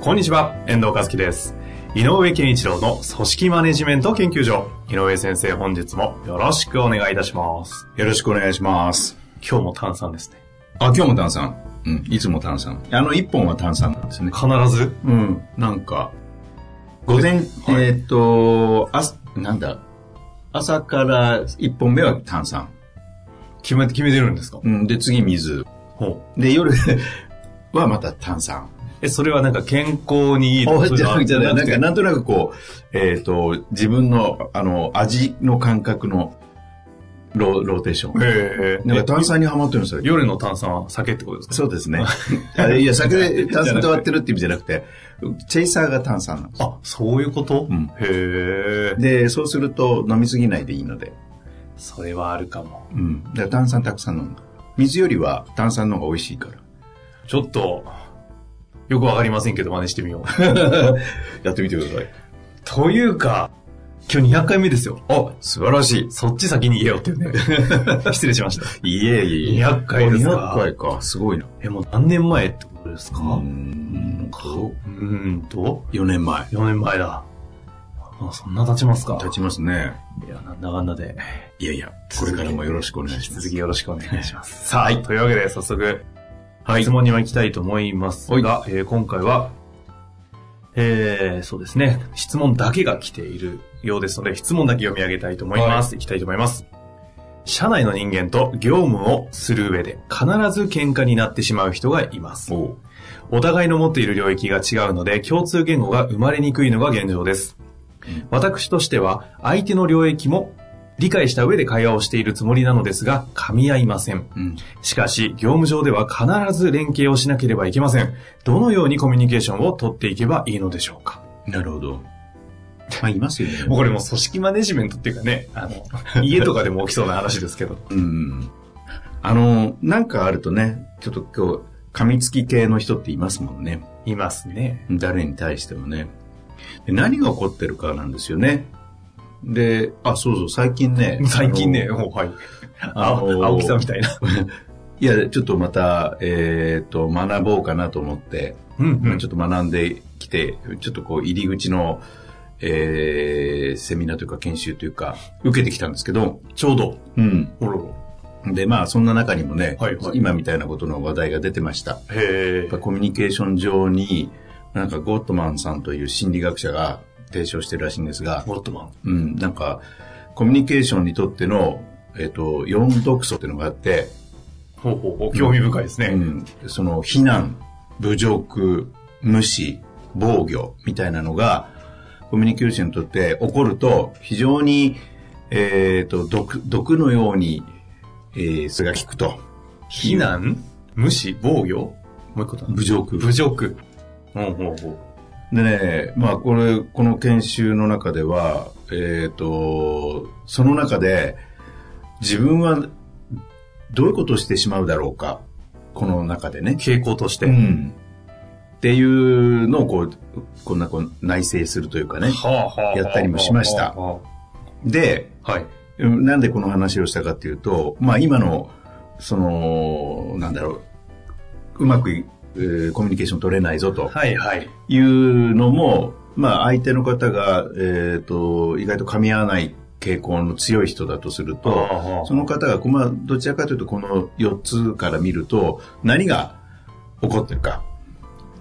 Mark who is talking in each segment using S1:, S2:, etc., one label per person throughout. S1: こんにちは、遠藤和樹です。井上健一郎の組織マネジメント研究所。井上先生、本日もよろしくお願いいたします。
S2: よろしくお願いします。
S1: 今日も炭酸ですね。
S2: あ、今日も炭酸。うん、いつも炭酸。あの、一本は炭酸なんですね。
S1: 必ず
S2: うん、なんか、午前、えーっと、あす、なんだ、朝から一本目は炭酸。
S1: 決めて、決めてるんですか
S2: うん、で、次水。
S1: ほう
S2: で、夜はまた炭酸。
S1: え、それはなんか健康にいいと
S2: お
S1: かそう
S2: じ
S1: いうの
S2: ゃな
S1: は
S2: くじゃない。なんか、
S1: なく
S2: なんとなくこう、えーっと、自分の、あの、味の感覚のロ、ローテーション。
S1: てへえ
S2: なんか炭酸にハマってるんですよ。
S1: 夜の炭酸は酒ってことですか
S2: そうです ね。あれいや、酒で炭酸で割ってるって意味じゃなくて、チェイサーが炭酸なんです。
S1: あ、そういうこと、
S2: うん
S1: へえ。
S2: で、そうすると飲みすぎないでいいので。
S1: それはあるかも。
S2: うん。だから炭酸たくさん飲む。水よりは炭酸の方が美味しいから。
S1: ちょっと、よくわかりませんけど真似してみよう。
S2: やってみてください。
S1: というか、今日200回目ですよ。
S2: あ、素晴らし
S1: そっち先に言えよっていうね。 失礼しました。
S2: い。いえいえ。
S1: 200回ですか
S2: あ200回か。すごいな。
S1: え、もう何年前ってことですか
S2: うーんと、
S1: うーんと、
S2: 4年前。
S1: 4年前だ。まあ、そんな経ちますか
S2: 経ちますね。
S1: いや、なんだかんだで、
S2: いやいや、これからもよろしくお願いし
S1: 引き
S2: ます。
S1: 続きよろしくお願いします。さあ、というわけで早速、質問には行きたいと思いますが、えー今回は、えー、そうですね、質問だけが来ているようですので、質問だけ読み上げたいと思います。いきたいと思います。社内の人間と業務をする上で必ず喧嘩になってしまう人がいます。
S2: おう
S1: お互いの持っている領域が違うので共通言語が生まれにくいのが現状です。私としては相手の領域も理解した上で会話をしているつもりなのですが噛み合いません。
S2: うん。
S1: しかし業務上では必ず連携をしなければいけません。どのようにコミュニケーションを取っていけばいいのでしょうか
S2: なるほど。まあ、いますよね。
S1: もうこれもう組織マネジメントっていうかね、あ の、家とかでも起きそうな話ですけど。
S2: うん。あの、なんかあるとね、ちょっと今日、噛みつき系の人っていますもんね。
S1: いますね。
S2: 誰に対してもね。で何が起こってるかなんですよね。で、あ、そうそう、最近ね。
S1: 最近ね、
S2: あの
S1: もうはい。
S2: あのー
S1: 青木さんみたいな。
S2: いや、ちょっとまた、えっ、と、学ぼうかなと思って、
S1: うんう
S2: ま
S1: ん
S2: あちょっと学んできて、ちょっとこう、入り口の、えーセミナーというか研修というか、受けてきたんですけど、
S1: ちょうど。
S2: うん。
S1: おろ
S2: で、まあ、そんな中にもね、
S1: はいはい
S2: 今みたいなことの話題が出てました。
S1: ろ。へ
S2: やっぱコミュニケーション上に、なんかゴットマンさんという心理学者が提唱してるらしいんですが、
S1: ボルトマン。
S2: うん、なんか、コミュニケーションにとっての、えっ、と、4毒素っていうのがあって、
S1: ほうほうほう、興味深いですね。
S2: うん、その、非難、侮辱、無視、防御みたいなのが、コミュニケーションにとって起こると、非常に、えっ、と、毒、毒のように、えー、それが効くと。
S1: 非難無視防御もう一個だ。
S2: 侮辱。
S1: 侮辱。ほうほうほう。
S2: でね、まあこれ、この研修の中では、えっ、と、その中で、自分はどういうことをしてしまうだろうか、この中でね。
S1: 傾向として。
S2: うん。っていうのをこう、こんなこう内省するというかね。
S1: はあはあはあ
S2: やったりもしました
S1: は
S2: で、
S1: あはい。
S2: うんなんでこの話をしたかっていうと、まあ今の、その、なんだろう、うまくい、えーコミュニケーション取れないぞと。
S1: はいはい。
S2: いうのも、まあ、相手の方が、えっと意外と噛み合わない傾向の強い人だとすると
S1: あ
S2: その方が、まあ、どちらかというとこの4つから見ると何が起こってるか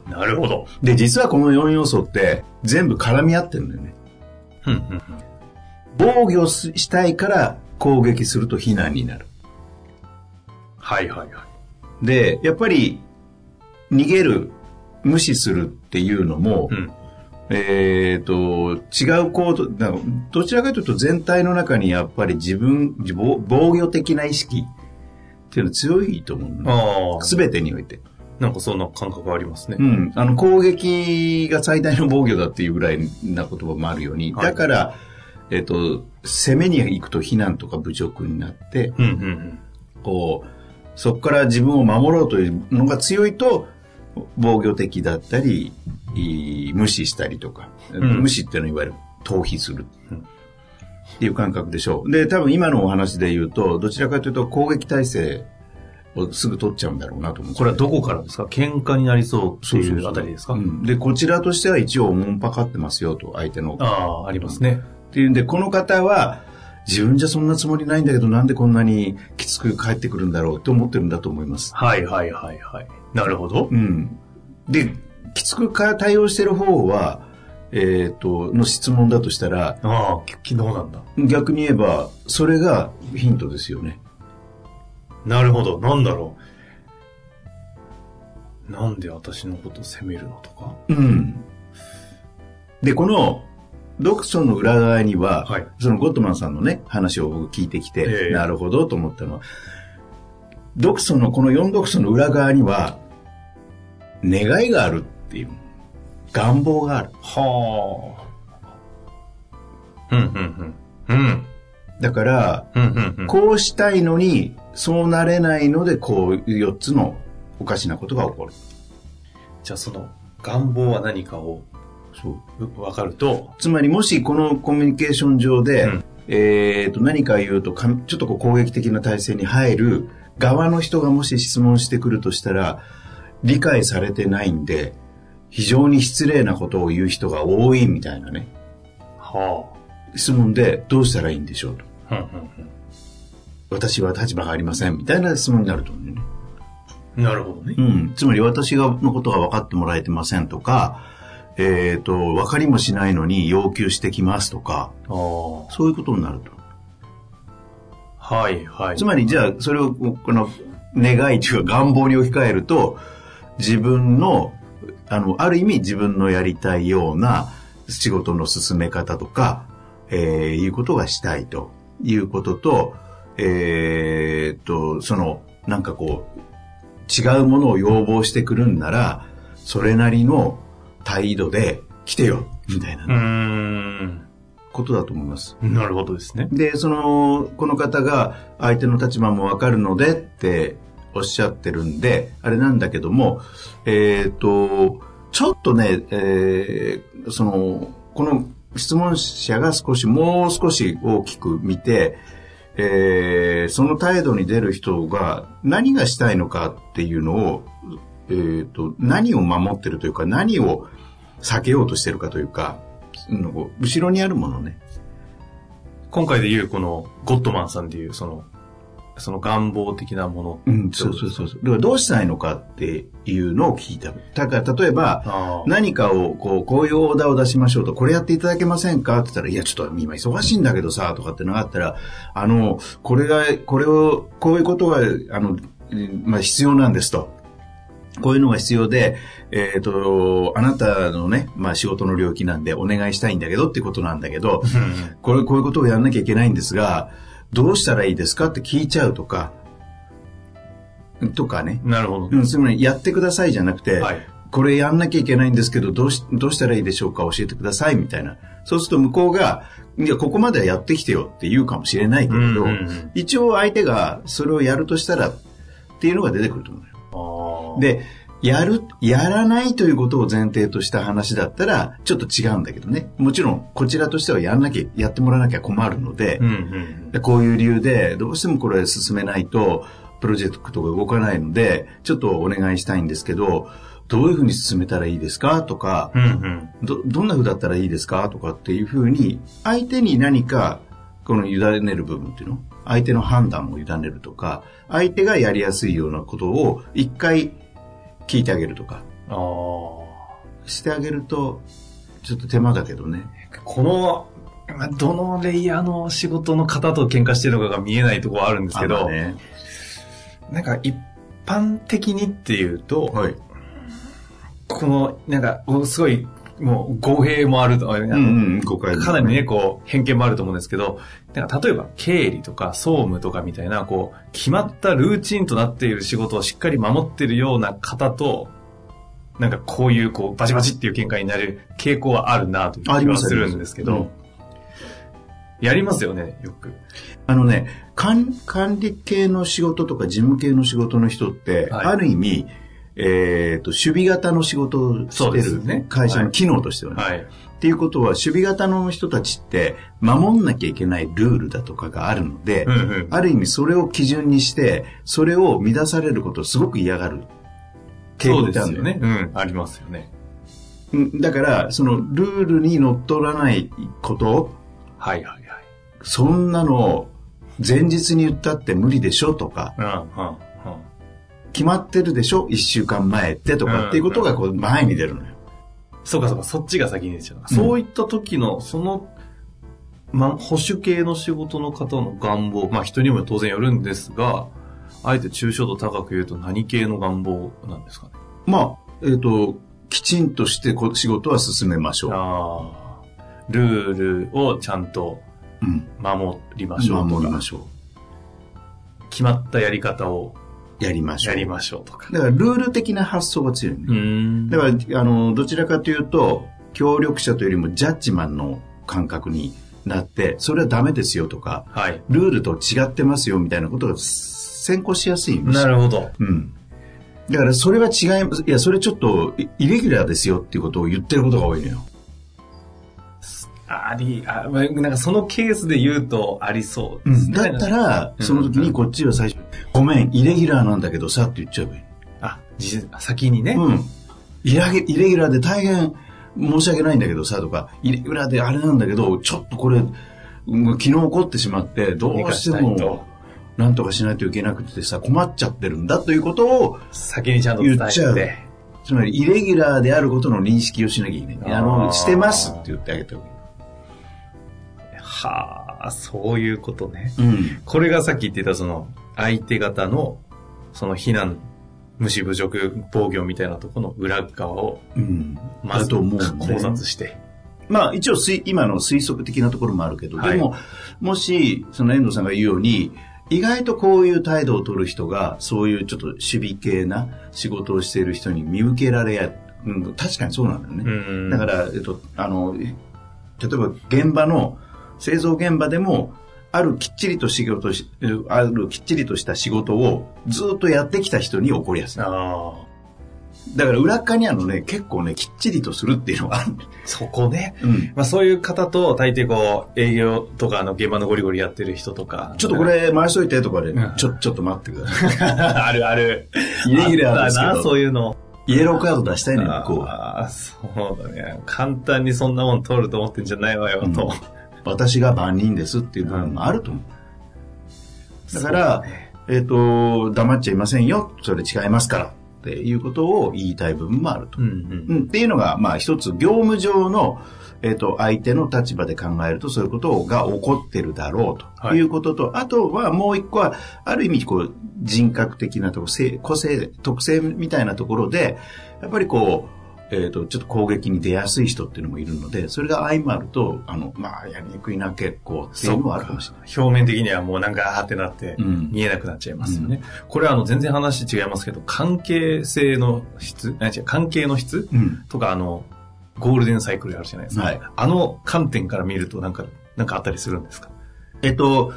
S1: あなるほど。
S2: で実はこの4要素って全部絡み合ってるんだよね
S1: ふんふんふん
S2: 防御すしたいから攻撃すると非難になる
S1: はいはいはい。
S2: でやっぱり逃げる無視するっていうのも、
S1: うん。
S2: えー、と違う行動なんかどちらかというと全体の中にやっぱり自分自防防御的な意識っていうのは強いと思う
S1: ああ。
S2: 全てにおいて
S1: なんかそんな感覚ありますね。
S2: うん、あの攻撃が最大の防御だっていうぐらいな言葉もあるように、
S1: はい
S2: だから、えっと、攻めに行くと避難とか侮辱になって、
S1: うんうんうん。
S2: こう、そこから自分を守ろうというのが強いと、防御的だったり、いい無視したりとか、
S1: ん
S2: 無視っていうのはいわゆる逃避する
S1: うん
S2: っていう感覚でしょう。で、多分今のお話で言うと、どちらかというと攻撃体制をすぐ取っちゃうんだろうなと思うんですよね
S1: これはどこからですか喧嘩になりそうっていうあたりですか
S2: うんで、こちらとしては一応おもんぱかってますよと、相手の。
S1: ああ、ありますね。
S2: っていうんで、この方は、自分じゃそんなつもりないんだけど、なんでこんなにきつく返ってくるんだろうって思ってるんだと思います。
S1: はいはいはいはい。なるほど。
S2: うん。で、きつくか対応してる方は、えっ、と、の質問だとしたら、
S1: ああ、き昨日なんだ。
S2: 逆に言えば、それがヒントですよね。
S1: なるほど。なんだろう。なんで私のこと責めるのとか。
S2: うん。で、この、読書の裏側には、
S1: はい
S2: そのゴットマンさんのね、話を僕聞いてきて、
S1: ええ
S2: なるほどと思ったのは、読書の、この4読書の裏側には、願いがあるっていう、願望がある。
S1: はあ。うんうんうん。うん。
S2: だから、
S1: うんうんうん。
S2: こうしたいのに、そうなれないので、こう4つのおかしなことが起こる。
S1: じゃあその願望は何かを
S2: そう。
S1: う分かると、
S2: つまりもしこのコミュニケーション上で、
S1: うん
S2: えーと何か言うとかちょっとこう攻撃的な体制に入る側の人がもし質問してくるとしたら理解されてないんで非常に失礼なことを言う人が多いみたいなね
S1: は
S2: 質問でどうしたらいいんでしょうと
S1: あ。うんうん
S2: 私は立場がありませんみたいな質問になると思うね、
S1: うん。なるほどね
S2: う。ん、つまり私がのことが分かってもらえてませんとかえーと分かりもしないのに要求してきますとか
S1: あ
S2: そういうことになると
S1: あ。はいはい。
S2: つまりじゃあそれをこの願いというか願望に置き換えると自分のあのある意味自分のやりたいような仕事の進め方とか、えーいうことがしたいということとえーっとそのなんかこう違うものを要望してくるんならそれなりの態度で来てよみたいう
S1: ー。
S2: なんことだと思います。
S1: なるほどですね。
S2: で、その、この方が相手の立場もわかるのでっておっしゃってるんで、あれなんだけども、えっ、と、ちょっとね、えーその、この質問者が少し、もう少し大きく見て、えーその態度に出る人が何がしたいのかっていうのを、えっ、と、何を守ってるというか、何を避けようとしてるかというか、うんこう後ろにあるものね。
S1: 今回で言うこのゴッドマンさんでいうその、その願望的なもの。
S2: うん、そうそうそうそう。だからどうしたいのかっていうのを聞いた。だから例えば、
S1: ああ。
S2: 何かをこう、こういうオーダーを出しましょうと、これやっていただけませんかって言ったら、いや、ちょっと今忙しいんだけどさ、とかってのがあったら、あの、これが、これを、こういうことが、あの、うんまあ、必要なんですと。こういうのが必要で、えっ、と、あなたのね、まあ仕事の領域なんでお願いしたいんだけどってことなんだけど、
S1: うん
S2: これ、こういうことをやんなきゃいけないんですが、どうしたらいいですかって聞いちゃうとか、とかね。
S1: なるほど。
S2: うん、つまり、やってくださいじゃなくて、
S1: はい
S2: これやんなきゃいけないんですけど、どうし、どうしたらいいでしょうか教えてくださいみたいな。そうすると向こうが、いや、ここまではやってきてよって言うかもしれないけれど、
S1: うんうんうん
S2: 一応相手がそれをやるとしたらっていうのが出てくると思うよ。
S1: ああ。
S2: で、やる、やらないということを前提とした話だったら、ちょっと違うんだけどね。もちろん、こちらとしてはやんなきゃ、やってもらわなきゃ困るので、
S1: うんうん
S2: でこういう理由で、どうしてもこれ進めないと、プロジェクトが動かないので、ちょっとお願いしたいんですけど、どういうふうに進めたらいいですかとか
S1: う、ん。うんうん。
S2: ど、どんなふうだったらいいですかとかっていうふうに、相手に何か、この委ねる部分っていうの相手の判断を委ねるとか、相手がやりやすいようなことを一回聞いてあげるとか、
S1: ああ。
S2: してあげると、ちょっと手間だけどね。
S1: この、どのレイヤーの仕事の方と喧嘩してるのかが見えないところはあるんですけ
S2: あ
S1: ど、
S2: のね。
S1: なんか一般的にっていうと、
S2: はい。
S1: この、なんか、おすごい、もう語弊もあると、あれ
S2: うんうん、誤解です
S1: かなりね、こう、偏見もあると思うんですけど、なんか例えば経理とか総務とかみたいな、こう、決まったルーチンとなっている仕事をしっかり守っているような方と、なんかこういう、こう、バチバチっていう見解になる傾向はあるなという気
S2: ありま
S1: が
S2: す
S1: するんですけ
S2: う
S1: ど
S2: ん、
S1: やりますよね、よく。
S2: あのね管、管理系の仕事とか事務系の仕事の人って、
S1: はい
S2: ある意味、えっ、と、守備型の仕事を
S1: そう
S2: して
S1: です
S2: る、
S1: ね
S2: ね、会社
S1: は
S2: の
S1: い
S2: 機能としてはね、
S1: はい。
S2: っていうことは、守備型の人たちって、守んなきゃいけないルールだとかがあるので、
S1: うんうん。
S2: ある意味それを基準にして、それを乱されることをすごく嫌がる傾
S1: そう
S2: 向っ
S1: で
S2: てあ
S1: す
S2: るんだ
S1: よ
S2: よね
S1: ね。。うん、ありますよね。
S2: うんだから、そのルールにのっとらないこと、
S1: はいはいはい。
S2: そんなの前日に言ったって無理でしょとか、
S1: うん、うん、うん。
S2: 決まってるでしょ一週間前ってと
S1: うん
S2: かっていうことがこう前に出るのよ。
S1: そうかそうか、そっちが先に出ちゃう。
S2: ん
S1: そういった時の、その、まあ、保守系の仕事の方の願望、まあ人にも当然よるんですが、あえて抽象度高く言うと何系の願望なんですかね。
S2: まあ、えっ、と、きちんとしてこ仕事は進めましょ
S1: ああ、ルールをちゃんと
S2: う。うん。
S1: 守りましょうと
S2: 守り
S1: か
S2: ま、しょ
S1: 決まったやり方を
S2: う。やりましょ
S1: や
S2: う。
S1: りましょうとか。
S2: だからルール的な発想が強いね。
S1: ん
S2: だから、あの、どちらかというと、協力者というよりもジャッジマンの感覚になって、それはダメですよとか、
S1: はい。
S2: ルールと違ってますよみたいなことが先行しやすいんです
S1: なるほど。
S2: うん。だから、それは違います、いや、それちょっとイ、イレギュラーですよっていうことを言ってることが多いのよ。
S1: あり、あ、まあなんかそのケースで言うとありそう
S2: う
S1: です
S2: ん。
S1: ね。
S2: だったら、
S1: うん
S2: その時にこっちは最初、ごめん、イレギュラーなんだけどさって言っちゃえばいい。
S1: あ、じ先にね。
S2: うん。イラゲイレギュラーで大変申し訳ないんだけどさとか、イレギュラーであれなんだけど、ちょっとこれ、うん昨日起こってしまって、どうして
S1: 生かしたいと
S2: も、なんとかしないといけなくてさ、困っちゃってるんだということを、
S1: 先にちゃんと伝
S2: 言っちゃ
S1: え
S2: う
S1: て。
S2: つまりイレギュラーであることの認識をしなきゃいけない。あ
S1: あー
S2: の、してますって言ってあげた方がい
S1: はあ、そういうことね。
S2: い。うん。
S1: これがさっき言ってたその、相手方の、その非難、無視侮辱、防御みたいなところの裏側を、
S2: うん。
S1: ま
S2: だ
S1: ず
S2: と
S1: 考
S2: 思うね
S1: 察して。
S2: まあ一応推今の推測的なところもあるけど、
S1: はい
S2: でも、もし、その遠藤さんが言うように、意外とこういう態度を取る人が、そういうちょっと守備系な仕事をしている人に見受けられや、うん、確かにそうなんだよね。
S1: ん
S2: だから、えっと、あの、例えば現場の、製造現場でも、あるきっちりと仕事し、あるきっちりとした仕事をずっとやってきた人に怒りやすい。
S1: ああ、
S2: だから裏っ側にあのね、結構ね、きっちりとするっていうのがある。
S1: そこね。
S2: うん
S1: まあそういう方と、大抵こう、営業とかあの現場のゴリゴリやってる人とか。
S2: ちょっとこ。れ回しといてとかで、
S1: うん
S2: ちょ、 ちょっと待ってください。
S1: あるある。
S2: イレギュラーです
S1: あったな、
S2: けど、
S1: そういうの。
S2: イエローカード出したいね、向こう
S1: あ
S2: は。
S1: あ、そうだね。簡単にそんなもん取ると思ってんじゃないわよ、
S2: うん
S1: と。
S2: 私が万人ですっていう部分もあると思う。だから、えっ、と、黙っちゃいませんよ。それ違いますから。っていうことを言いたい部分もある
S1: う
S2: と。
S1: んうん
S2: うん、っていうのが、まあ一つ、業務上の、えっ、と、相手の立場で考えると、そういうことが起こってるだろう
S1: は
S2: と
S1: い
S2: いうことと、あとはもう一個は、ある意味、こう、人格的なとこ、性個性、特性みたいなところで、やっぱりこう、えっ、と、ちょっと攻撃に出やすい人っていうのもいるので、それが相まると、あの、まあ、やりにくいな、結構っていうのはあるかもしれない。
S1: 表面的にはもうなんかあーってなって
S2: うん
S1: 見えなくなっちゃいますよね。これはあの全然話違いますけど、関係性の質、あ違う、関係の質
S2: うん。
S1: とかあの、ゴールデンサイクルあるじゃないですか。
S2: はい
S1: あの観点から見るとなんか、なんかあったりするんですか
S2: えっと、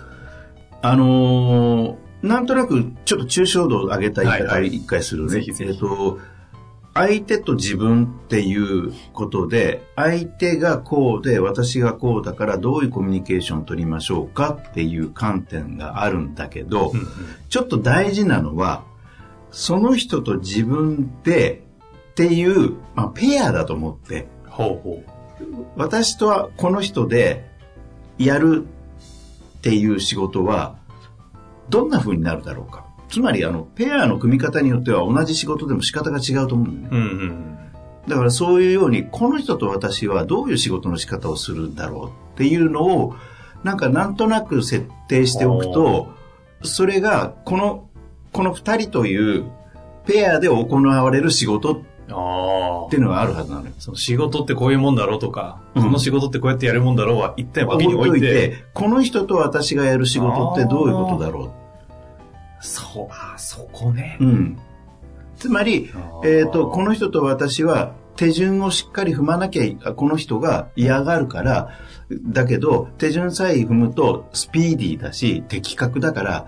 S2: あのーなんとなくちょっと抽象度を上げた言い
S1: は
S2: 方
S1: いは
S2: 一回するね。
S1: ぜひぜひ
S2: えっと、相手と自分っていうことで、相手がこうで、私がこうだからどういうコミュニケーションを取りましょうかっていう観点があるんだけど、ちょっと大事なのは、その人と自分でっていう、まあ、ペアだと思って、
S1: ほうほう。
S2: 私とはこの人でやるっていう仕事はどんな風になるだろうかつまりあのペアの組み方によっては同じ仕事でも仕方が違うと思うんだよね
S1: うんうん。
S2: だからそういうようにこの人と私はどういう仕事の仕方をするんだろうっていうのをなんかなんとなく設定しておくとそれがこのこの2人というペアで行われる仕事っ
S1: あ
S2: っていうのがあるはずなのよ。
S1: その仕事ってこういうもんだろうとか、
S2: うん
S1: この仕事ってこうやってやるもんだろうは一点脇に
S2: 置
S1: 置
S2: い
S1: いて、
S2: て、この人と私がやる仕事ってどういうことだろ
S1: そう、あーそこね
S2: う。う。ん。つまり、えっ、と、こ
S1: の、
S2: の人と私は手順をしっかり踏まなきゃい、あこの人が嫌がるから、だけど、手順さえ踏むとスピーディーだし、的確だから、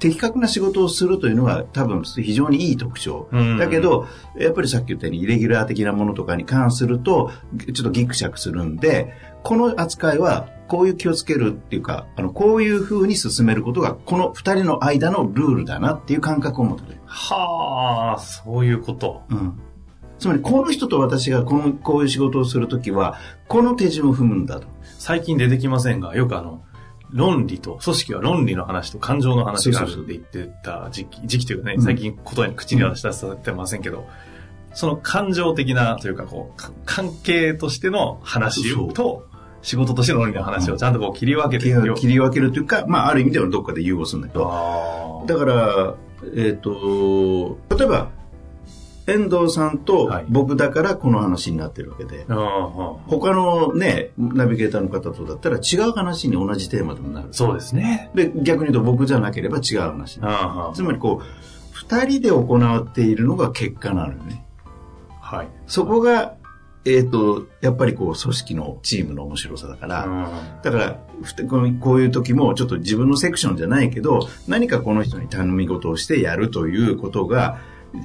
S2: 的確な仕事をするというのが多分非常にいい特徴。
S1: うん
S2: だけ、ど、やっぱりさっき言ったように、イレギュラー的なものとかに関すると、ぎちょっとギクシャクするんで、この扱いは、こういう気をつけるっていうか、あの、こういう風に進めることが、この二人の間のルールだなっていう感覚を持ってくれる。
S1: はあ、そういうこと。
S2: うん。つまり、この人と私がこの、こういう仕事をするときは、この手順を踏むんだと。
S1: 最近出てきませんが、よくあの、論理と、組織は論理の話と感情の話があ
S2: そ
S1: る
S2: う
S1: って言ってた時期、時期というかね、
S2: うん
S1: 最近ことに口には出されてませんけど、その感情的なというか、こう、か関係としての話
S2: そう
S1: と、仕事としての論理の話をちゃんとこう切り分けてよ
S2: 切り分けるというか、まあ、ある意味ではどっかで融合するんだけど、
S1: あー
S2: だから、えっ、と、例えば、遠藤さんと
S1: はい
S2: 僕だからこの話になってるわけで、
S1: うんうん
S2: 他のね、ナビゲーターの方とだったら違う話に同じテーマでもなる。
S1: そうですね。
S2: で、逆に言うと僕じゃなければ違う話になる。
S1: あ
S2: つまりこう、二人で行っているのが結果なのよね。
S1: あ、はい。
S2: そこが、えっ、と、やっぱりこう、組織のチームの面白さだから、だから、ふたこのこういう時も、ちょっと自分のセクションじゃないけど、何かこの人に頼み事をしてやるということが、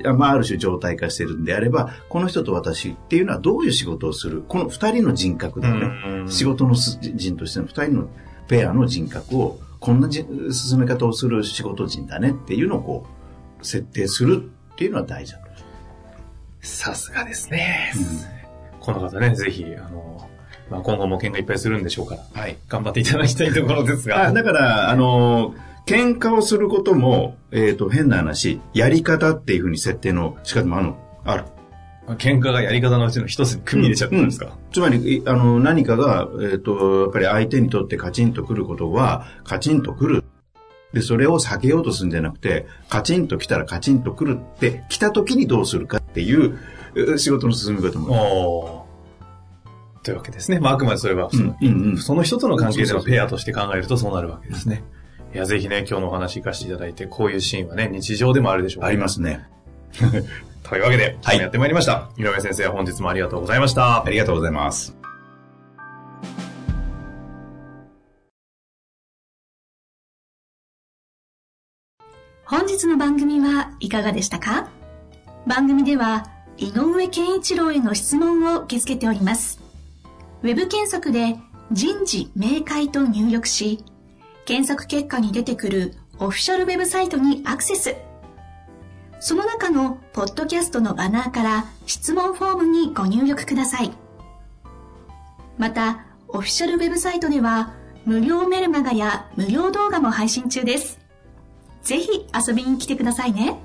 S2: あまあ、ある種状態化してるんであれば、この人と私っていうのはどういう仕事をする、この二人の人格だよね。
S1: うん
S2: 仕事のす人としての二人のペアの人格を、こんなじ進め方をする仕事人だねっていうのをこう、設定するっていうのは大事だと。
S1: さすがですね。この方ね、ぜひ、あの、まあ、今後も喧嘩いっぱいするんでしょうから、
S2: はい。
S1: 頑張っていただきたいところです
S2: あ
S1: が。
S2: だから、あの、喧嘩をすることも、えっ、と、変な話、やり方っていうふうに設定の仕方もあるの。ある。
S1: 喧嘩がやり方のうちの一つに組み入れちゃったんですか、
S2: つまり、いあの、何かが、えっ、と、やっぱり相手にとってカチンと来ることは、カチンと来る。で、それを避けようとするんじゃなくて、カチンと来たらカチンと来るって、来た時にどうするかっていう、えー仕事の進め方もある。
S1: おーというわけですね。まあ、あくまでそれは、
S2: うん、うん、うん。
S1: その人との関係で
S2: そうそう
S1: は
S2: そう
S1: ペアとして考えるとそうなるわけですね。いや、ぜひね、今日のお話聞かせていただいて、こういうシーンはね、日常でもあるでしょう。
S2: ありますね。
S1: というわけで、
S2: はい
S1: やってまいりました。井上先生、本日もありがとうございました。
S2: ありがとうございます。
S3: 本日の番組はいかがでしたか番組では井上健一郎への質問を受け付けております。ウェブ検索で人事明快と入力し、検索結果に出てくるオフィシャルウェブサイトにアクセス。その中のポッドキャストのバナーから質問フォームにご入力ください。また、オフィシャルウェブサイトでは無料メルマガや無料動画も配信中です。ぜひ遊びに来てくださいね。